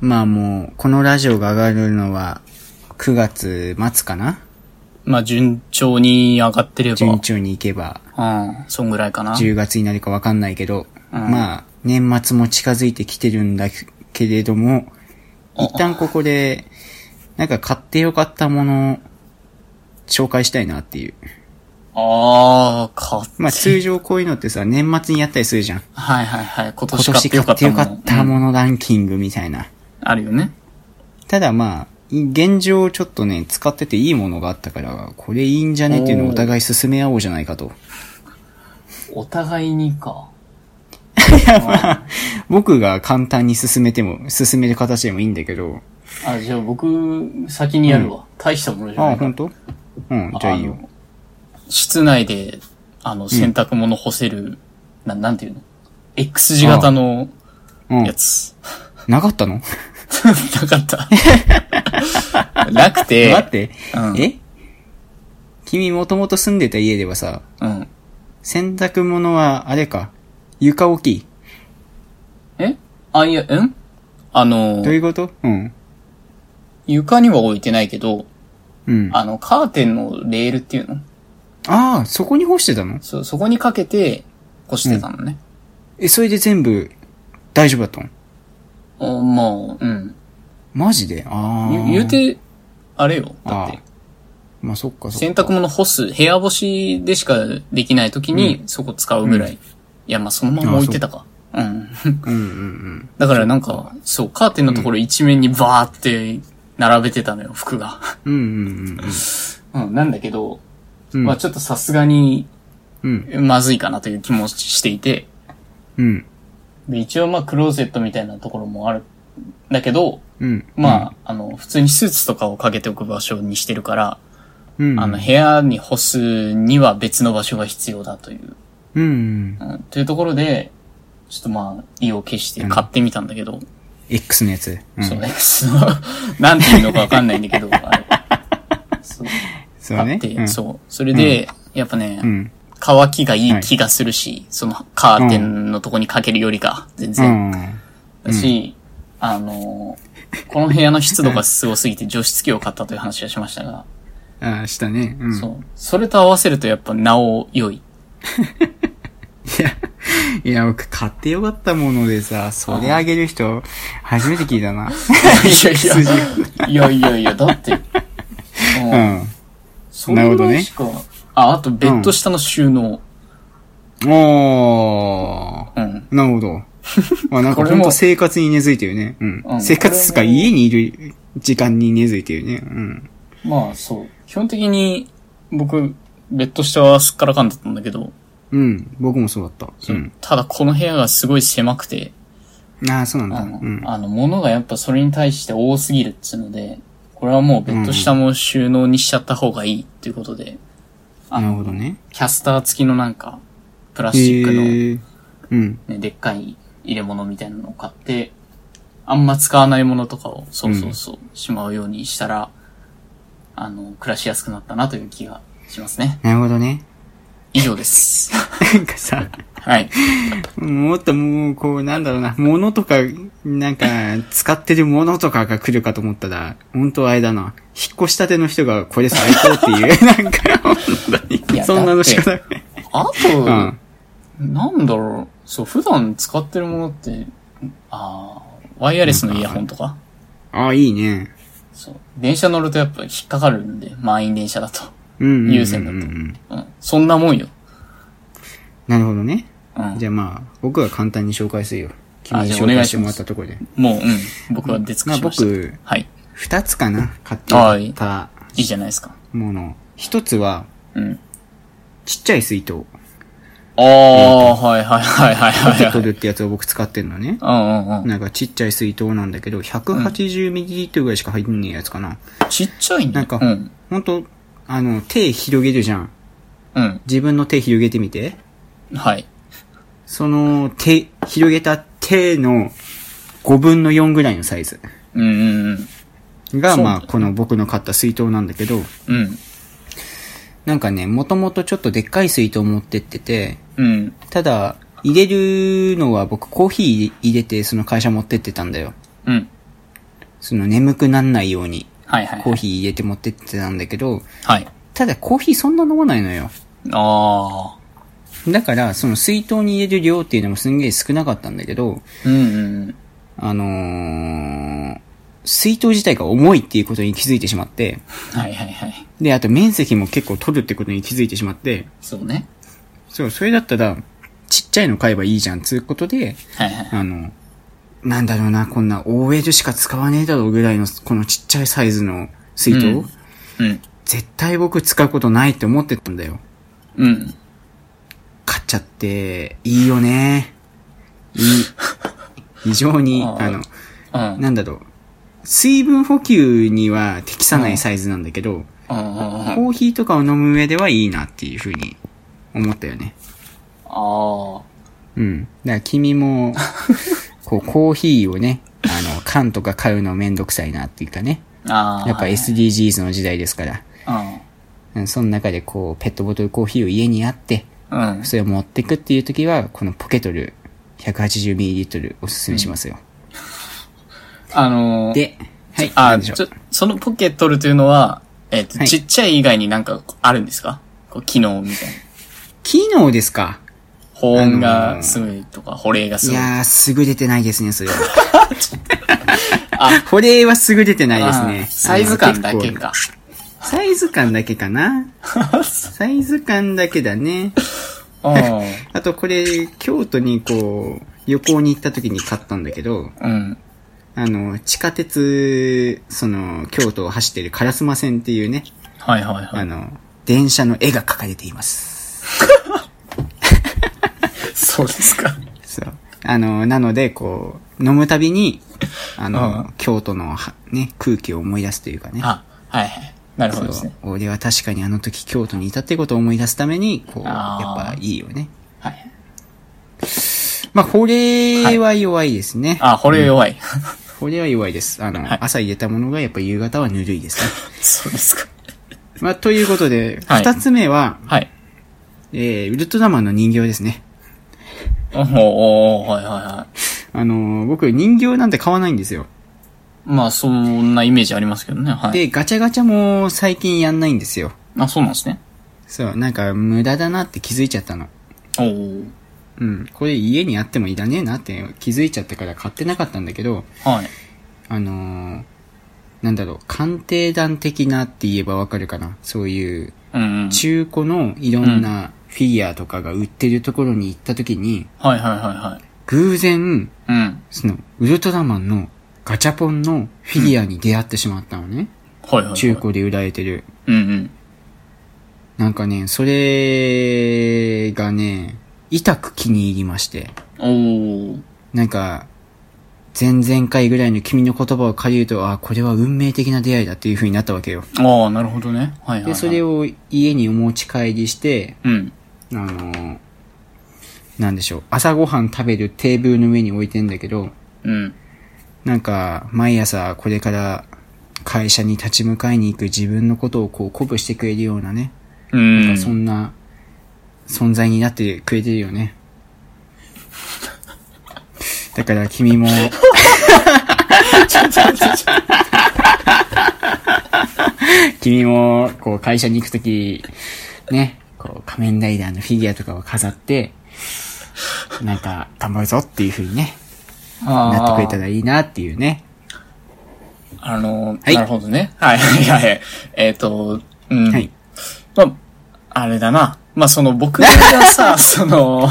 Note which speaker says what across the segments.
Speaker 1: まあもう、このラジオが上がるのは、9月末かな
Speaker 2: まあ、順調に上がってれば
Speaker 1: 順、調にいけば、
Speaker 2: うん、そんぐらいかな。
Speaker 1: 10月になるかわかんないけど、
Speaker 2: ん
Speaker 1: まあ、年末も近づいてきてるんだけれども、一旦ここで、なんか買ってよかったもの、紹介したいなっていう。
Speaker 2: ああ、か、
Speaker 1: まあ通常こういうのってさ、年末にやったりするじゃん。
Speaker 2: はいはいはい。今
Speaker 1: 今
Speaker 2: 年買っ
Speaker 1: 年
Speaker 2: てよ
Speaker 1: 買
Speaker 2: か
Speaker 1: っ
Speaker 2: ってた
Speaker 1: よ
Speaker 2: も
Speaker 1: か
Speaker 2: の。
Speaker 1: ったものランキングみたいな。
Speaker 2: あるよね。
Speaker 1: ただまあ、現状ちょっとね、使ってていいものがあったから、これいいんじゃねっていうのをお互い進め合おうじゃないかと。
Speaker 2: お互いにか。
Speaker 1: 僕が簡単に進めても、進める形でもいいんだけど。
Speaker 2: あ、じゃあ僕、先にやるわ。大したものじゃ
Speaker 1: ああ、
Speaker 2: ないか
Speaker 1: ほ
Speaker 2: ら
Speaker 1: んとうん、じゃあいいよ。
Speaker 2: 室内で、あの、洗濯物干せる、なん、なんていうの ?X 字型の
Speaker 1: うん
Speaker 2: や。つ。
Speaker 1: なかったの
Speaker 2: なかった。 なくて、
Speaker 1: 待って。
Speaker 2: うん
Speaker 1: え君もともと住んでた家ではさ、
Speaker 2: うん。
Speaker 1: 洗濯物は、あれか、床置き。
Speaker 2: えあ、いや、んあの
Speaker 1: どう、いうことうん。
Speaker 2: 床には置いてないけど、
Speaker 1: うん。あ
Speaker 2: あの、カーテンのレールっていうの
Speaker 1: あー、そこに干してたの
Speaker 2: そ、そこにかけて、干してたのね。
Speaker 1: え、それで全部、大丈夫だったの
Speaker 2: おまあ、うん。
Speaker 1: マジでああ。
Speaker 2: ゆ言うて、あれよ。だって
Speaker 1: あ。まあそっかそっか。
Speaker 2: 洗濯物干す、部屋干しでしかできない時に、そこ使うぐらい。いや、まあ、そのまま置いてたか。
Speaker 1: う
Speaker 2: うん。
Speaker 1: んうんうん。
Speaker 2: だからなんか、そう、カーテンのところ一面にバーって並べてたのよ、服が。
Speaker 1: うんうん
Speaker 2: うん、なんだけど、
Speaker 1: うん。
Speaker 2: まあちょっとさすがに、
Speaker 1: うん。
Speaker 2: まずいかなという気もしていて、
Speaker 1: うん。
Speaker 2: で、一応まあクローゼットみたいなところもあるんだけど、
Speaker 1: うん。
Speaker 2: まあ、あの、普通にスーツとかをかけておく場所にしてるから、
Speaker 1: うん。
Speaker 2: あの、部屋に干すには別の場所が必要だという、
Speaker 1: うんうん。
Speaker 2: うん、というところで、ちょっとまあ、意を決して買ってみたんだけど、
Speaker 1: X のやつ。うん。
Speaker 2: そうね、 その、なんていうのかわかんないんだけど、あれ。そう
Speaker 1: そう
Speaker 2: あ
Speaker 1: ね
Speaker 2: って、。
Speaker 1: うん
Speaker 2: そう。それで、やっぱね、
Speaker 1: うん。
Speaker 2: 乾きがいい気がするし、そのカーテンのとこにかけるよりか、全
Speaker 1: う
Speaker 2: 然。
Speaker 1: ん。
Speaker 2: だし、あのーこの部屋の湿度がすごすぎて除湿器を買ったという話をしましたが、
Speaker 1: ああ、したね。うん。
Speaker 2: そう。それと合わせるとやっぱなお良 い。
Speaker 1: いや、僕、買ってよかったものでさ、それあげる人、初めて聞い たな。
Speaker 2: いやいや、いやいやいや、だって、
Speaker 1: う
Speaker 2: うん、
Speaker 1: ん。
Speaker 2: それ
Speaker 1: なるほどね
Speaker 2: しか、あ、あとベッド下の収納。
Speaker 1: おー。
Speaker 2: うん。
Speaker 1: なるほ ど。まあなんか
Speaker 2: これ
Speaker 1: ほ
Speaker 2: も
Speaker 1: んと生活に根付いてるね。うん。
Speaker 2: うん
Speaker 1: 生活っつうか
Speaker 2: これも
Speaker 1: 家にいる時間に根付いてるね。うん。
Speaker 2: まあそう。基本的に、僕、ベッド下はすっからかんだったんだけど、
Speaker 1: うん。僕もそうだった。。
Speaker 2: そううんただこの部屋がすごい狭くて、
Speaker 1: ああ、そうな
Speaker 2: あ
Speaker 1: んだ。
Speaker 2: の、
Speaker 1: うん。
Speaker 2: あの物がやっぱそれに対して多すぎるっつうので、これはもうベッド下も収納にしちゃった方がいいっていうことで、あ
Speaker 1: なる
Speaker 2: の、
Speaker 1: ほどね。
Speaker 2: キャスター付きのなんか、プラスチックの、ね、
Speaker 1: へえ。うん。
Speaker 2: でっかい入れ物みたいなのを買って、あんま使わないものとかを、そうそうそう、しまうようにしたら、あの、暮らしやすくなったなという気がしますね。
Speaker 1: なるほどね。
Speaker 2: 以上です。
Speaker 1: なんかさ、
Speaker 2: はい。
Speaker 1: もっともう、こう、なんだろうな、物とか、なんか、使ってるものとかが来るかと思ったら、本当あれだな、引っ越したての人がこれ最高っていう、 なんか、本当
Speaker 2: い
Speaker 1: に、
Speaker 2: や
Speaker 1: そんなのしかない。
Speaker 2: あ
Speaker 1: う
Speaker 2: と、
Speaker 1: ん。
Speaker 2: なんだろう。そう、普段使ってるものって、ああ、ワイヤレスのイヤホンとか。
Speaker 1: ああ、いいね。
Speaker 2: そう。電車乗るとやっぱ引っかかるんで、満員電車だと。
Speaker 1: うんうんうんうんうん。
Speaker 2: 優先だ
Speaker 1: と。
Speaker 2: うん。そんなもんよ。
Speaker 1: なるほどね。
Speaker 2: うん
Speaker 1: じ。ゃあまあ、僕は簡単に紹介するよ。君
Speaker 2: あ
Speaker 1: に
Speaker 2: じゃあ
Speaker 1: 紹介してもらったところで。
Speaker 2: もう、うん。僕は出尽
Speaker 1: ま
Speaker 2: く
Speaker 1: あ
Speaker 2: しました。
Speaker 1: 僕、
Speaker 2: はい。
Speaker 1: 二つかな、買ってよかっ
Speaker 2: いいじゃないですか。
Speaker 1: たもの。一つは、
Speaker 2: うん。
Speaker 1: ちっちゃい水筒。
Speaker 2: ああ、はいはいはいはい
Speaker 1: ポ
Speaker 2: はい
Speaker 1: ケト
Speaker 2: はい。
Speaker 1: ルってやつを僕使ってんのね。
Speaker 2: うんうんうん。
Speaker 1: なんかちっちゃい水筒なんだけど、180ml ぐらいしか入んねえやつかな。
Speaker 2: ちっちゃいね。
Speaker 1: なんか
Speaker 2: うん。
Speaker 1: ほんと、あの、手広げるじゃん。
Speaker 2: うん。
Speaker 1: 自分の手広げてみて。
Speaker 2: はい。
Speaker 1: その手、広げた手の5分の4ぐらいのサイズ
Speaker 2: うんうんうん。
Speaker 1: が、
Speaker 2: そう
Speaker 1: まあ、この僕の買った水筒なんだけど、
Speaker 2: うん。
Speaker 1: なんかね、もともとちょっとでっかい水筒持ってってて、
Speaker 2: うん。
Speaker 1: ただ、入れるのは僕コーヒー入れてその会社持ってってたんだよ。
Speaker 2: うん。
Speaker 1: その眠くなんないように
Speaker 2: はいはいはい。
Speaker 1: コーヒー入れて持ってってたんだけど、
Speaker 2: はい。
Speaker 1: ただコーヒーそんな飲まないのよ。
Speaker 2: あ
Speaker 1: だから、その水筒に入れる量っていうのもすんげえ少なかったんだけど、
Speaker 2: あ。うんうん。
Speaker 1: あのー、水筒自体が重いっていうことに気づいてしまって、
Speaker 2: はいはいはい。
Speaker 1: で、あと面積も結構取るってことに気づいてしまって、
Speaker 2: そうね。
Speaker 1: そう、それだったら、ちっちゃいの買えばいいじゃん、つうことで、
Speaker 2: はいはい。
Speaker 1: あの、なんだろうな、こんな OL しか使わねえだろうぐらいの、このちっちゃいサイズの水筒、
Speaker 2: うんうん。
Speaker 1: 絶対僕使うことないって思ってたんだよ。
Speaker 2: うん。
Speaker 1: 買っちゃって、いいよね。いい。非常に、
Speaker 2: あー
Speaker 1: あの、
Speaker 2: うん。うん
Speaker 1: なんだろう。水分補給には適さないサイズなんだけど、
Speaker 2: うんうん。
Speaker 1: コーヒーとかを飲む上ではいいなっていうふうに思ったよね。
Speaker 2: ああ。
Speaker 1: うん。だから君 も、こう、コーヒーをね、あの、缶とか買うのめんどくさいなっていうかね。
Speaker 2: ああ。
Speaker 1: やっぱ SDGs の時代ですから。
Speaker 2: はい
Speaker 1: うんその中でこう、ペットボトルコーヒーを家にあって、
Speaker 2: うん。うん。
Speaker 1: それを持ってくっていう時は、このポケトル 180ml おすすめしますよ。
Speaker 2: あのー、
Speaker 1: で、はい。な
Speaker 2: あ
Speaker 1: ん
Speaker 2: ー、
Speaker 1: でしょう
Speaker 2: ちょ、そのポケットルというのは、えっ、と、
Speaker 1: はい
Speaker 2: ちっちゃい以外になんかあるんですかこう、機能みたいな。
Speaker 1: 機能ですか
Speaker 2: 保温
Speaker 1: あの
Speaker 2: が
Speaker 1: ー
Speaker 2: すごいとか、保冷がす
Speaker 1: い
Speaker 2: ごい。
Speaker 1: やー、優れてないですね、それは。
Speaker 2: あ、
Speaker 1: 保冷は優れてないです
Speaker 2: あー
Speaker 1: ね。
Speaker 2: サイズ感だ
Speaker 1: あ
Speaker 2: け
Speaker 1: の。結
Speaker 2: か。
Speaker 1: 構サイズ感だけか な。サイズ感だけだね。
Speaker 2: う
Speaker 1: あとこれ、京都にこう、旅行に行った時に買ったんだけど、
Speaker 2: ん。うん。
Speaker 1: あの、地下鉄、その、京都を走ってる烏丸線っていうね、
Speaker 2: はいはいは
Speaker 1: あ
Speaker 2: い。
Speaker 1: の、電車の絵が描かれています。
Speaker 2: そうですか。
Speaker 1: そう。あの、なので、こう、飲むたびに、あの、
Speaker 2: う
Speaker 1: 京都のは、ね、空気を思い出すというかね。
Speaker 2: あ、はいはい。なるほどですね。
Speaker 1: 俺は確かにあの時京都にいたってことを思い出すために、こう、やっ
Speaker 2: あー
Speaker 1: ぱいいよね。
Speaker 2: はい。
Speaker 1: まあ、保冷は弱いですね。
Speaker 2: あ、保冷弱い。
Speaker 1: 保冷は弱いです。あの、
Speaker 2: はい
Speaker 1: 朝入れたものがやっぱ夕方はぬるいですね。
Speaker 2: そうですか。
Speaker 1: まあ、ということで、
Speaker 2: はい
Speaker 1: 二つ目は、
Speaker 2: はい。
Speaker 1: えー、ウルトラマンの人形ですね。
Speaker 2: おーおーはいはいはい。
Speaker 1: あのー僕人形なんて買わないんですよ。
Speaker 2: まあ、そんなイメージありますけどね。はい。
Speaker 1: で、ガチャガチャも最近やんないんですよ。
Speaker 2: あ、そうなんですね。
Speaker 1: そう、なんか無駄だなって気づいちゃったの。
Speaker 2: おー
Speaker 1: うん。これ家にあってもいらねえなって気づいちゃったから買ってなかったんだけど、
Speaker 2: はい。
Speaker 1: あのーなんだろう、鑑定団的なって言えばわかるかな。そういう、
Speaker 2: うんうん。
Speaker 1: 中古のいろんなフィギュアとかが売ってるところに行った時に、
Speaker 2: はいはいはいは
Speaker 1: 偶然、
Speaker 2: い。うん。
Speaker 1: その、ウルトラマンのガチャポンのフィギュアに出会ってしまったのね。
Speaker 2: はいはい、はい。
Speaker 1: 中。古で売られてる。
Speaker 2: うんうん。
Speaker 1: なんかね、それがね、痛く気に入りまして。
Speaker 2: おー
Speaker 1: なんか、前々回ぐらいの君の言葉を借りると、ああ、これは運命的な出会いだっていう風になったわけよ。
Speaker 2: ああ、なるほどね。はいはい、はい。
Speaker 1: で、それ
Speaker 2: を。
Speaker 1: を家にお持ち帰りして、
Speaker 2: うん。
Speaker 1: あのーなんでしょう、朝ごはん食べるテーブルの上に置いてんだけど、
Speaker 2: うん。
Speaker 1: なんか、毎朝これから会社に立ち向かいに行く自分のことをこう鼓舞してくれるようなね、
Speaker 2: うん。
Speaker 1: そんな存在になってくれてるよ ね。だから君 も、君も、こう会社に行くとき、ね、こう仮面ライダーのフィギュアとかを飾って、なんか頑張るぞっていう風にね、なってくれた
Speaker 2: ね。
Speaker 1: らいいなっていうね。
Speaker 2: あのー
Speaker 1: はい
Speaker 2: なるほどね。はいはいはい。えっ、と、うん。
Speaker 1: はい。
Speaker 2: まあ、あれだな。まあ、その僕が さ、その、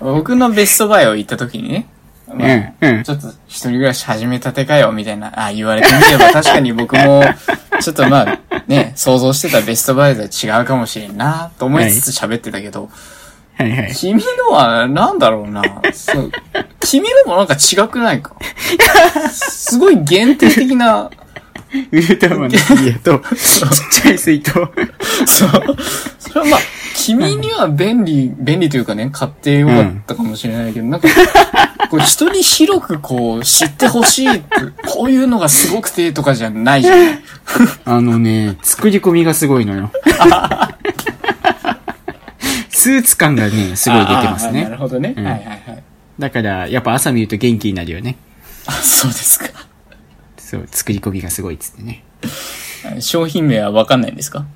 Speaker 2: 僕のベストバイを行った時にね、まあ
Speaker 1: うんうん
Speaker 2: ちょっと一人暮らし始めたてかよ、みたいな、あ言われてみれば 確かに僕も、ちょっとまあ、ね、想像してたベストバイとは違うかもしれんな、と思いつつ喋ってたけど、
Speaker 1: はいはい。
Speaker 2: 君のは、なんだろうな。そう。君のもなんか違くないか。すごい限定的な、
Speaker 1: ウルトラマンのフィギュア と、ちっちゃい水筒。
Speaker 2: そう。それはまあ、君には便利、便利というかね、買ってよかったかもしれないけど、なんか、こう人に広くこう、知ってほしいって、こういうのがすごくてとかじゃないじゃん。
Speaker 1: あのね、作り込みがすごい のよ。スーツ感がね、すごい出てます
Speaker 2: ああな
Speaker 1: ね
Speaker 2: る。ほどね。
Speaker 1: うん
Speaker 2: はいはいはい。
Speaker 1: だから、やっぱ朝見ると元気になるよね。
Speaker 2: あ、そうですか。
Speaker 1: そう、作り込みがすごいっつってね。
Speaker 2: 商品名はわかんないんですか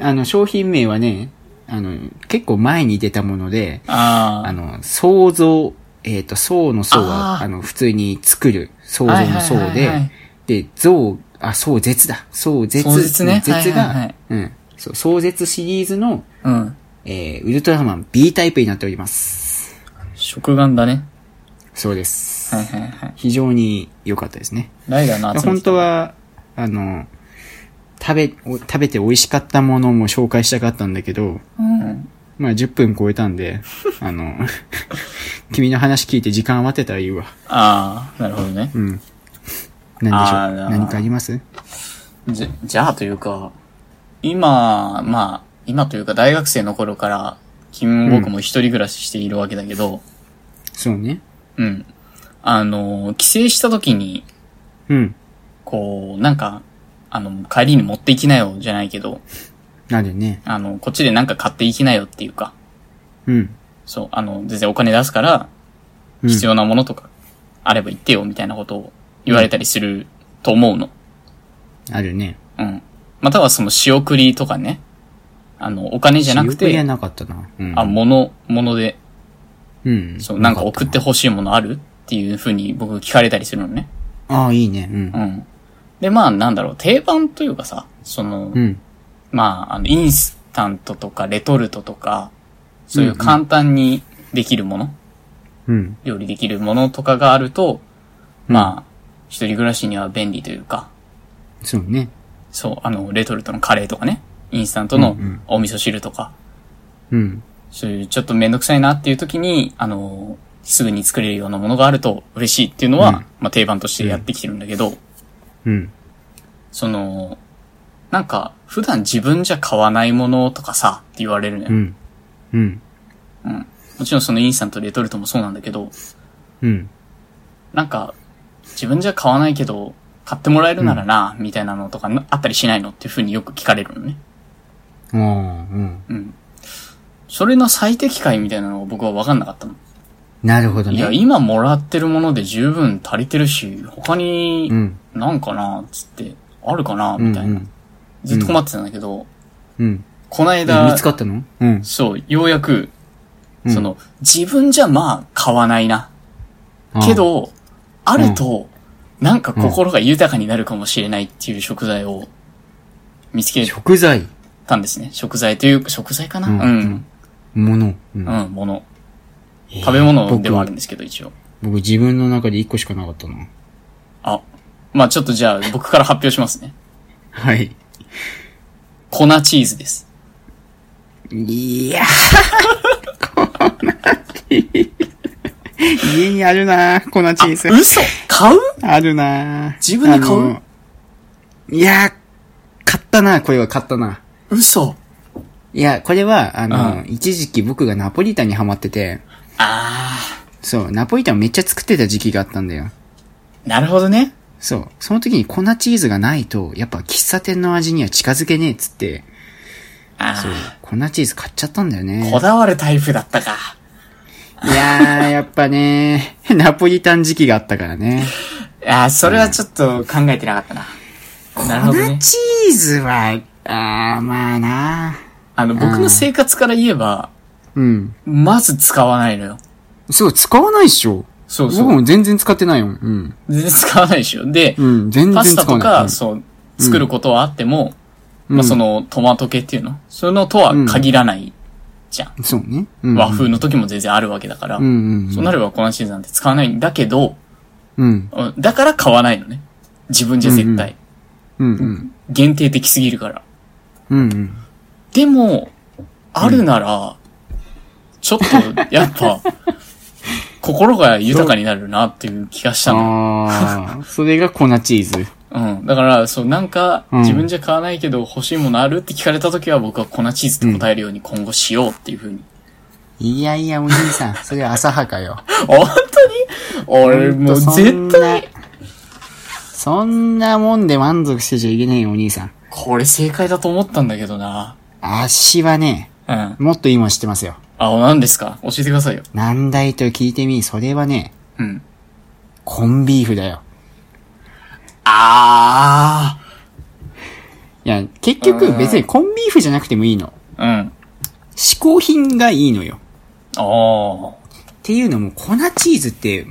Speaker 1: あの、商品名はね、あの、結構前に出たもので、
Speaker 2: ああ
Speaker 1: あ。の、創造、えっ、と、層の層は、あ
Speaker 2: あー
Speaker 1: の、普通に作る、創造
Speaker 2: はい
Speaker 1: の
Speaker 2: はい
Speaker 1: 層
Speaker 2: はいは
Speaker 1: で
Speaker 2: い、
Speaker 1: で、像、あ、創絶だ。創絶。
Speaker 2: 創絶ね
Speaker 1: の絶が、
Speaker 2: はいはいはい
Speaker 1: うん。そう、創絶シリーズの、
Speaker 2: うん。
Speaker 1: えー、ウルトラマン B タイプになっております。
Speaker 2: 食玩だね。
Speaker 1: そうです。
Speaker 2: はいはいはい。
Speaker 1: 非常に良かったですね。
Speaker 2: ライダーの集めてた
Speaker 1: 本当。は、あの、食べ、お食べて美味しかったものも紹介したかったんだけど、
Speaker 2: うん。
Speaker 1: まあ10分超えたん で、あの、 君の話聞いて時間余ってたら言うわ。
Speaker 2: ああ、なるほどね。
Speaker 1: うん。何でしょ
Speaker 2: あー
Speaker 1: う
Speaker 2: な。ー
Speaker 1: 何かあります
Speaker 2: じゃ、じゃあというか、今、まあ、今というか大学生の頃から、君も僕も一人暮らししているわけだけど、
Speaker 1: そうね。
Speaker 2: うん。あの、帰省した時に、
Speaker 1: うん。
Speaker 2: こう、なんか、あの、帰りに持っていきなよ、じゃないけど、
Speaker 1: なるね。
Speaker 2: あの、こっちでなんか買っていきなよっていうか、
Speaker 1: うん。
Speaker 2: そう、あの、全然お金出すから、
Speaker 1: うん
Speaker 2: 必要なものとか、あれば言ってよ、みたいなことを言われたりすると思うの。
Speaker 1: あるね。
Speaker 2: うん。またはその仕送りとかね。あの、お金じゃなく
Speaker 1: 仕送りは
Speaker 2: て、
Speaker 1: なかったな。うん。
Speaker 2: あ、物、物で、
Speaker 1: うん。
Speaker 2: そう、なんか送ってほしいものあるっていう風に僕聞かれたりするのね。
Speaker 1: ああ、いいね。うん
Speaker 2: う。ん。で、まあ、なんだろう、定番というかさ、その、
Speaker 1: うん。
Speaker 2: まあ、あの、インスタントとかレトルトとか、そういう簡単にできるもの、
Speaker 1: うん。
Speaker 2: 料理できるものとかがあると、まあ、一人暮らしには便利というか、
Speaker 1: そうね。
Speaker 2: そう、あの、レトルトのカレーとかね、インスタントの
Speaker 1: うんうん
Speaker 2: お味噌汁とか、
Speaker 1: うん。
Speaker 2: そういうちょっとめんどくさいなっていう時に、あの、すぐに作れるようなものがあると嬉しいっていうのは、
Speaker 1: うん
Speaker 2: まあ定番としてやってきてるんだけど、
Speaker 1: うん。
Speaker 2: その、なんか、普段自分じゃ買わないものとかさ、って言われるのよ。
Speaker 1: うん。うん。
Speaker 2: うん。もちろんそのインスタントレトルトもそうなんだけど、
Speaker 1: うん。
Speaker 2: なんか、自分じゃ買わないけど、買ってもらえるならな、みたいなのとかなあったりしないのっていうふうによく聞かれるのね。
Speaker 1: ああ、うん。
Speaker 2: うん。それの最適解みたいなのが僕は分かんなかったの。
Speaker 1: なるほど
Speaker 2: いや、
Speaker 1: ね。
Speaker 2: 今もらってるもので十分足りてるし、他に
Speaker 1: うん。
Speaker 2: なんかな、つって、あるかな、
Speaker 1: うん。
Speaker 2: み
Speaker 1: う
Speaker 2: たいな。
Speaker 1: ん。
Speaker 2: ずっと困ってたんだけど、
Speaker 1: うん。
Speaker 2: こない
Speaker 1: 見
Speaker 2: だ
Speaker 1: つ、かったのうん。
Speaker 2: そう、ようやく、
Speaker 1: うん
Speaker 2: その、自分じゃまあ買わないな。けど、あると、なんか心が豊かになるかもしれないっていう食材を見つ
Speaker 1: あ
Speaker 2: け
Speaker 1: あ、食材、
Speaker 2: たんですね。食材というか、食材かな
Speaker 1: う
Speaker 2: うんん。
Speaker 1: 物。う
Speaker 2: うんん、もの。食べ物ではあるんですけど、一応。
Speaker 1: 僕、僕自分の中で一個しかなかったな。
Speaker 2: あ、まあちょっとじゃあ僕から発表しますね。
Speaker 1: はい。
Speaker 2: 粉チーズです。
Speaker 1: いやー、粉チーズ。家にあるなー粉チーズ。
Speaker 2: 嘘買う
Speaker 1: あるなー
Speaker 2: 自分で買う
Speaker 1: あのいやー、買ったなこれは買ったな。
Speaker 2: 嘘
Speaker 1: いや、これは、あの、
Speaker 2: う
Speaker 1: 一時期僕がナポリタンにハマってて、
Speaker 2: あ
Speaker 1: そう、ナポリタンめっちゃ作ってた時期があったんだよ。
Speaker 2: ー、なるほどね。
Speaker 1: そう。その時に粉チーズがないと、やっぱ喫茶店の味には近づけねえっつって、そう
Speaker 2: あ、
Speaker 1: 粉チーズ買っちゃったんだよ
Speaker 2: ー、
Speaker 1: ね
Speaker 2: こ。だわるタイプだったか。
Speaker 1: いやー、やっぱね、 ナポリタン時期があったからね。
Speaker 2: あー、それはちょっと考えてなかったな。なるほどね
Speaker 1: 粉。チーズは、あー、まあな
Speaker 2: あの、僕の生活から言えば、
Speaker 1: うん。
Speaker 2: まず使わないのよ。
Speaker 1: そう、使わないっしょ。
Speaker 2: そう
Speaker 1: 僕
Speaker 2: そう。
Speaker 1: も全然使ってないよ。うん。
Speaker 2: 全然使わないでしょ。で、
Speaker 1: うん、全然
Speaker 2: パス
Speaker 1: 使
Speaker 2: タ
Speaker 1: わ
Speaker 2: と
Speaker 1: ない。
Speaker 2: か、そう、作ることはあっても、
Speaker 1: うん
Speaker 2: まあ、その、トマト系っていうのそういうのとは限らないじゃん。
Speaker 1: うんそうね。うん
Speaker 2: 和風の時も全然あるわけだから。
Speaker 1: うんうん。
Speaker 2: そうなれば粉チーズなんて使わないんだけど、
Speaker 1: うん。
Speaker 2: うんだから買わないのね。自分じゃ絶対。
Speaker 1: うんうん。
Speaker 2: 限定的すぎるから。
Speaker 1: うんうん。
Speaker 2: でも、あるなら、ちょっと、やっ ぱ、心が豊かになるなっていう気がしたの。
Speaker 1: あー、それが粉チーズ。
Speaker 2: うん。だから、そう、なんか、
Speaker 1: うん
Speaker 2: 自分じゃ買わないけど欲しいものあるって聞かれた時は僕は粉チーズって答えるように今後しようっていうふうに。
Speaker 1: いやいや、お兄さん、 それ浅はかよ。
Speaker 2: 本当に俺
Speaker 1: ほん
Speaker 2: もう
Speaker 1: とそん
Speaker 2: 絶
Speaker 1: な
Speaker 2: 対、
Speaker 1: そんなもんで満足してちゃいけないよ、お兄さん。
Speaker 2: これ正解だと思ったんだけどな。
Speaker 1: 足はね、
Speaker 2: うん。あ、
Speaker 1: もっと今知ってますよ。
Speaker 2: 何ですか教えてくださいよ。
Speaker 1: 何だいと聞いてみ、それはね、
Speaker 2: うん。
Speaker 1: コンビーフだよ。
Speaker 2: あ
Speaker 1: いや、結局
Speaker 2: うん
Speaker 1: 別にコンビーフじゃなくてもいいの。
Speaker 2: あ。うん。
Speaker 1: 嗜好品がいいのよ。
Speaker 2: あ
Speaker 1: っていうのも粉チーズって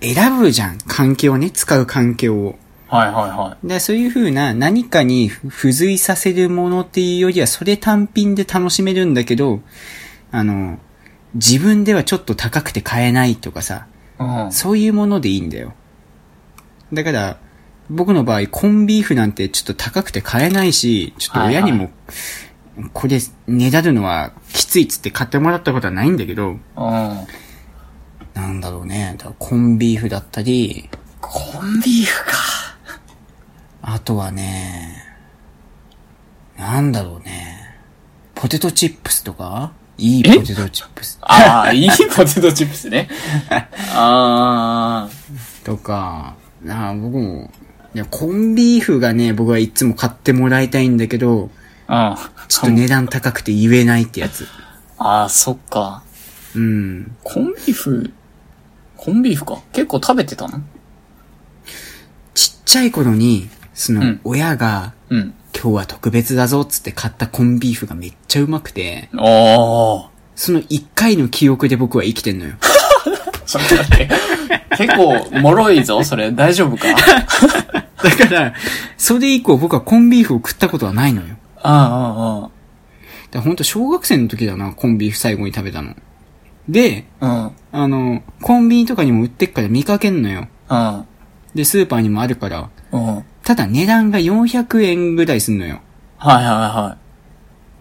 Speaker 1: 選ぶじゃん。環境ね。使う環境を。
Speaker 2: あ。はいはいはい。
Speaker 1: だからそういう風な何かに付随させるものっていうよりはそれ単品で楽しめるんだけど、あの、自分ではちょっと高くて買えないとかさ、
Speaker 2: うん。
Speaker 1: そういうものでいいんだよ。だから、僕の場合コンビーフなんてちょっと高くて買えないし、ちょっと親にも、これねだるのはきついっつって買ってもらったことはないんだけど、
Speaker 2: うん。
Speaker 1: なんだろうね。だからコンビーフだったり、
Speaker 2: コンビーフか。
Speaker 1: あとはね、なんだろうね。ポテトチップスとかいいポテトチップス
Speaker 2: ああ、いいポテトチップ スね。あ
Speaker 1: とか、なあ、僕も、いや、コンビーフがね、僕はいつも買ってもらいたいんだけど、
Speaker 2: あ。
Speaker 1: ちょっと値段高くて言えないってやつ。
Speaker 2: ああ、そっか。
Speaker 1: うん。
Speaker 2: コンビーフ、コンビーフか。結構食べてたの
Speaker 1: ちっちゃい頃に、その、
Speaker 2: うん
Speaker 1: 親が、
Speaker 2: うん。
Speaker 1: 今日は特別だぞっつって買ったコンビーフがめっちゃうまくて、
Speaker 2: ああ。
Speaker 1: その一回の記憶で僕は生きてんのよ。
Speaker 2: ちょっと 待って。結構、脆いぞ、それ。大丈夫か。
Speaker 1: だから、それ以降僕はコンビーフを食ったことはないのよ。
Speaker 2: あ
Speaker 1: だ本当小学生の時だな、コンビーフ最後に食べたの。で、
Speaker 2: あ、ああ、うん。
Speaker 1: あの、コンビニとかにも売ってっから見かけんのよ。
Speaker 2: あ
Speaker 1: で、スーパーにもあるから。
Speaker 2: あ、うん。はい
Speaker 1: ただ値段が400円ぐらいすんのよ。
Speaker 2: はいは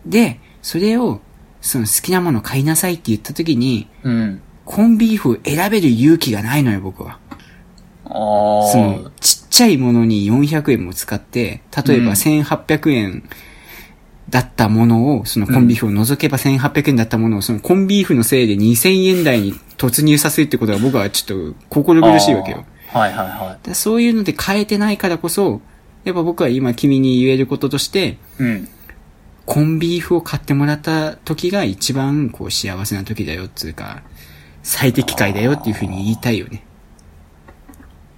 Speaker 1: で、それを、その好きなもの買いなさいって言った時に、
Speaker 2: い。うん。
Speaker 1: コンビーフを選べる勇気がないのよ、僕は。
Speaker 2: あ
Speaker 1: その、ちっちゃいものに400円も使って、例え
Speaker 2: うん
Speaker 1: ば1800円だったものを、そのコンビーフを除けば1800円だったものを、そのコンビーフのせいで2000円台に突入させるってことは僕はちょっと心
Speaker 2: あ。
Speaker 1: 苦しいわけよ。
Speaker 2: あー。はいはいは
Speaker 1: だそういうので変えてないからこそ、やっぱ僕は今君に言えることとして、
Speaker 2: い。うん。
Speaker 1: コンビーフを買ってもらった時が一番こう幸せな時だよっつうか、最適解だよっていうふうに言いたいよね。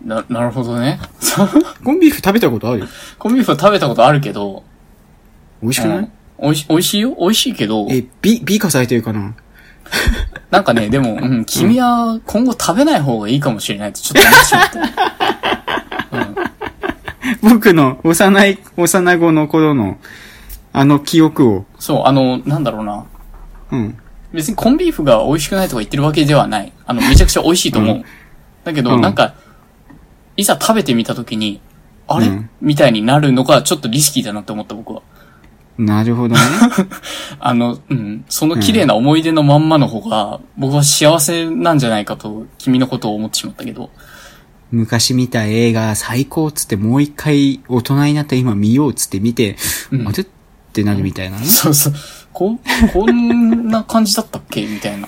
Speaker 2: な、なるほどね。
Speaker 1: コンビーフ食べたことある
Speaker 2: コンビーフは食べたことあるけど、
Speaker 1: 美味しくない、
Speaker 2: うん美味し、美味しいよ美味しいけど、
Speaker 1: え、美、美化されてるかな
Speaker 2: なんかね、でも、うん、君は今後食べない方がいいかもしれないとちょっと思ってしまった。
Speaker 1: 僕の幼い、幼子の頃の、あの記憶を、
Speaker 2: そう、あの、なんだろうな。
Speaker 1: うん。
Speaker 2: 別にコンビーフが美味しくないとか言ってるわけではない。あの、めちゃくちゃ美味しいと思う。
Speaker 1: うん
Speaker 2: だけど、
Speaker 1: うん
Speaker 2: なんか、いざ食べてみたときに、あれ、
Speaker 1: うん
Speaker 2: みたいになるのがちょっとリスキーだなって思った僕は。
Speaker 1: なる ほどね。
Speaker 2: あの、うん、その綺麗な思い出のまんまの方が、僕は幸せなんじゃないかと、君のことを思ってしまったけど。
Speaker 1: 昔見た映画最高っつってもう一回大人になった今見ようっつって見て、
Speaker 2: うん
Speaker 1: あれってなるみたいな、
Speaker 2: そうそう。こ、こんな感じだったっけみたいな。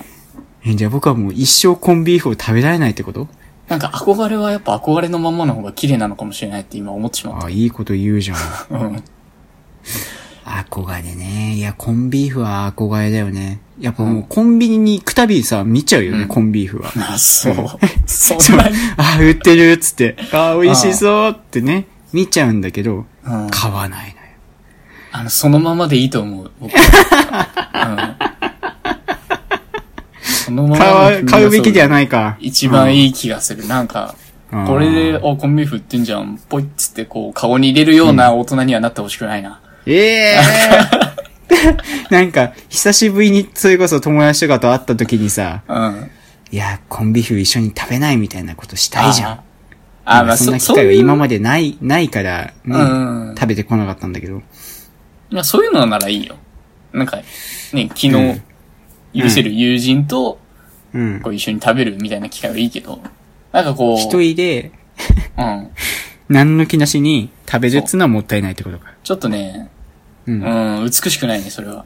Speaker 1: え、じゃあ僕はもう一生コンビーフを食べられないってこと
Speaker 2: なんか憧れはやっぱ憧れのまんまの方が綺麗なのかもしれないって今思ってしまっ
Speaker 1: ああ、いいこと言う じゃん。
Speaker 2: た。うん。
Speaker 1: 憧れね。いや、コンビーフは憧れだよね。やっぱもうコンビニに行くたびさ、見ちゃうよね、
Speaker 2: うん
Speaker 1: コンビーフは。
Speaker 2: あ、 そう。そんなに。
Speaker 1: ああ、売ってるっつって。ああ、美味しそうってね、見ちゃうんだけど、
Speaker 2: うん
Speaker 1: 買わないのよ。
Speaker 2: あの、そのままでいいと思う。僕うんそのまま
Speaker 1: 買
Speaker 2: の
Speaker 1: わ買うべきでは
Speaker 2: ない。
Speaker 1: ないか。
Speaker 2: 一番いい気がする。なんか、
Speaker 1: うん
Speaker 2: これで、お、コンビーフ売ってんじゃん。ポイっつって、こう、カゴに入れるような大人にはなってほしくないな。
Speaker 1: ええ なんか、久しぶりに、それこそ友達とかと会った時にさ、
Speaker 2: うん。
Speaker 1: いや、コンビーフ一緒に食べないみたいなことしたいじゃん。
Speaker 2: ああ、まあ、
Speaker 1: そん
Speaker 2: そ、
Speaker 1: な機
Speaker 2: そう
Speaker 1: 会は今
Speaker 2: いう、
Speaker 1: までない、ないから、ね
Speaker 2: うん
Speaker 1: 食べてこなかったんだけど。
Speaker 2: まあ、そういうのならいいよ。なんか、ね、昨日、許せる友人と、
Speaker 1: うん。
Speaker 2: こう、一緒に食べるみたいな機会はいいけど、なんかこう、
Speaker 1: 一人で、
Speaker 2: うん。
Speaker 1: 何の気なしに食べるっつのはもったいないってこと か。
Speaker 2: ちょっとね、
Speaker 1: うん。
Speaker 2: うん、美しくないね、それは。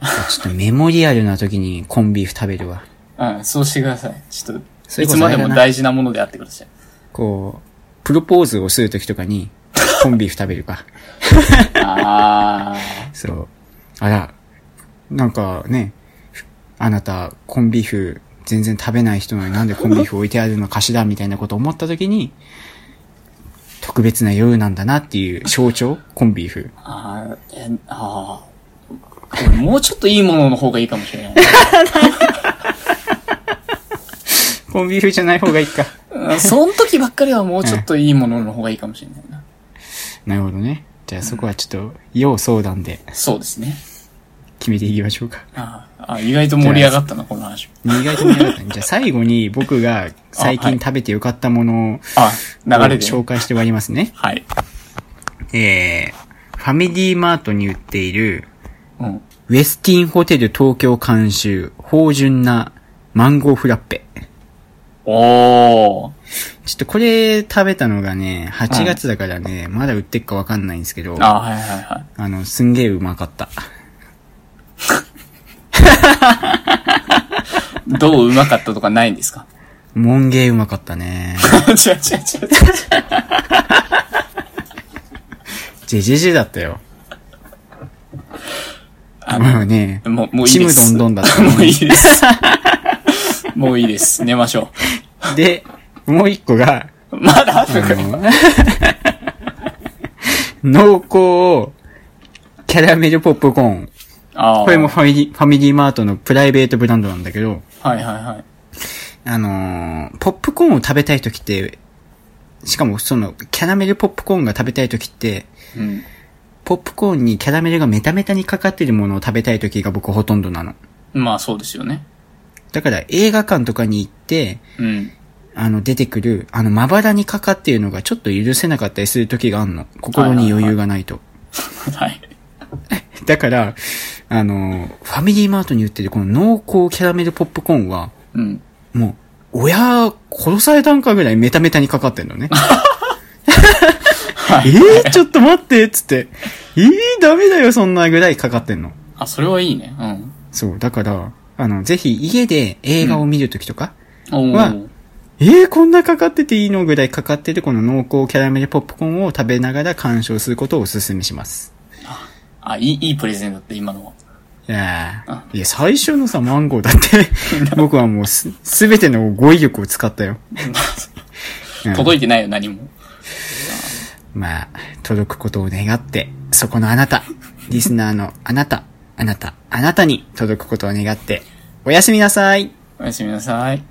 Speaker 1: ちょっとメモリアルな時にコンビーフ食べるわ。
Speaker 2: うん、そうしてください。ちょっ
Speaker 1: そ
Speaker 2: と、
Speaker 1: れ
Speaker 2: い
Speaker 1: こそ
Speaker 2: つまでも大事なものであってくだ さい。
Speaker 1: こう、プロポーズをする時とか に、コンビーフ食べるか。
Speaker 2: あ
Speaker 1: そう。あら、なんかね、あなた、コンビーフ全然食べない人なのになんでコンビーフ置いてあるのかしらみたいなこと思った時に、と特別な夜なんだなっていう象徴コンビーフ。
Speaker 2: あーえ、あー俺もうちょっといいものの方がいいかもしれない。
Speaker 1: コンビーフじゃない方がいいか。
Speaker 2: うんその時ばっかりはもうちょっといいものの方がいいかもしれないな。
Speaker 1: なるほどね。じゃあそこはちょっと、要相談で
Speaker 2: そうですね。
Speaker 1: 決めていきましょうか。
Speaker 2: あーあー、意外と盛り上がったな、この話。
Speaker 1: 意外と見なかったね。じゃあ最後に僕が最近食べてよかったものを
Speaker 2: あ、流れでね。
Speaker 1: 紹介して終わりますね。
Speaker 2: はい。
Speaker 1: えー、ファミリーマートに売っている、
Speaker 2: うん。
Speaker 1: ウェスティンホテル東京監修、芳醇なマンゴーフラッペ。
Speaker 2: おー。
Speaker 1: ちょっとこれ食べたのがね、8月だからね、まだ売ってっかわかんないんですけど、あ
Speaker 2: あーはいはいはい。
Speaker 1: の、すんげえうまかった。
Speaker 2: どううまかったとかないんですか
Speaker 1: もんげーうまかったね。
Speaker 2: 違う違う違う違う。
Speaker 1: ジェジェジェだったよ。
Speaker 2: あ
Speaker 1: まあね、
Speaker 2: もう、もういい
Speaker 1: ち
Speaker 2: で
Speaker 1: む
Speaker 2: す。
Speaker 1: どんどんだったね
Speaker 2: もういいです。もういいです。寝ましょ
Speaker 1: で、もう一個が、
Speaker 2: う。まだある
Speaker 1: あ
Speaker 2: のかよ
Speaker 1: の濃厚キャラメルポップコーン。
Speaker 2: あー
Speaker 1: これもファミリー、ファミリーマートのプライベートブランドなんだけど、
Speaker 2: はいはいはい。
Speaker 1: あのーポップコーンを食べたい時って、しかもその、キャラメルポップコーンが食べたい時って、
Speaker 2: うん。
Speaker 1: ポップコーンにキャラメルがメタメタにかかってるものを食べたい時が僕ほとんどなの。
Speaker 2: まあそうですよね。
Speaker 1: だから映画館とかに行って、
Speaker 2: うん。
Speaker 1: あの出てくる、あのまばらにかかっているのがちょっと許せなかったりする時があんの。心に余裕がないと。
Speaker 2: はい。
Speaker 1: だから、あの、ファミリーマートに売ってるこの濃厚キャラメルポップコーンは、
Speaker 2: うん。
Speaker 1: もう、親、殺されたんかぐらいメタメタにかかってんのね。えー、ちょっと待ってっつって。えー、ダメだよ、そんなぐらいかかってんの。
Speaker 2: あ、それはいいね。
Speaker 1: そう、だから、あの、ぜひ家で映画を見るときとか、
Speaker 2: うん。お
Speaker 1: は
Speaker 2: ー。
Speaker 1: えー、こんなかかってていいのぐらいかかってるこの濃厚キャラメルポップコーンを食べながら鑑賞することをお勧めします。
Speaker 2: あ、いい、いいプレゼンだった、今のは。
Speaker 1: いやーいや、最初のさ、マンゴーだって、僕はもうす、すべての語彙力を使ったよ。うん
Speaker 2: 届いてないよ、何も。
Speaker 1: まあ、届くことを願って、そこのあなた、リスナーのあなた、あなた、あなたに届くことを願って、おやすみなさい
Speaker 2: おやすみなさい。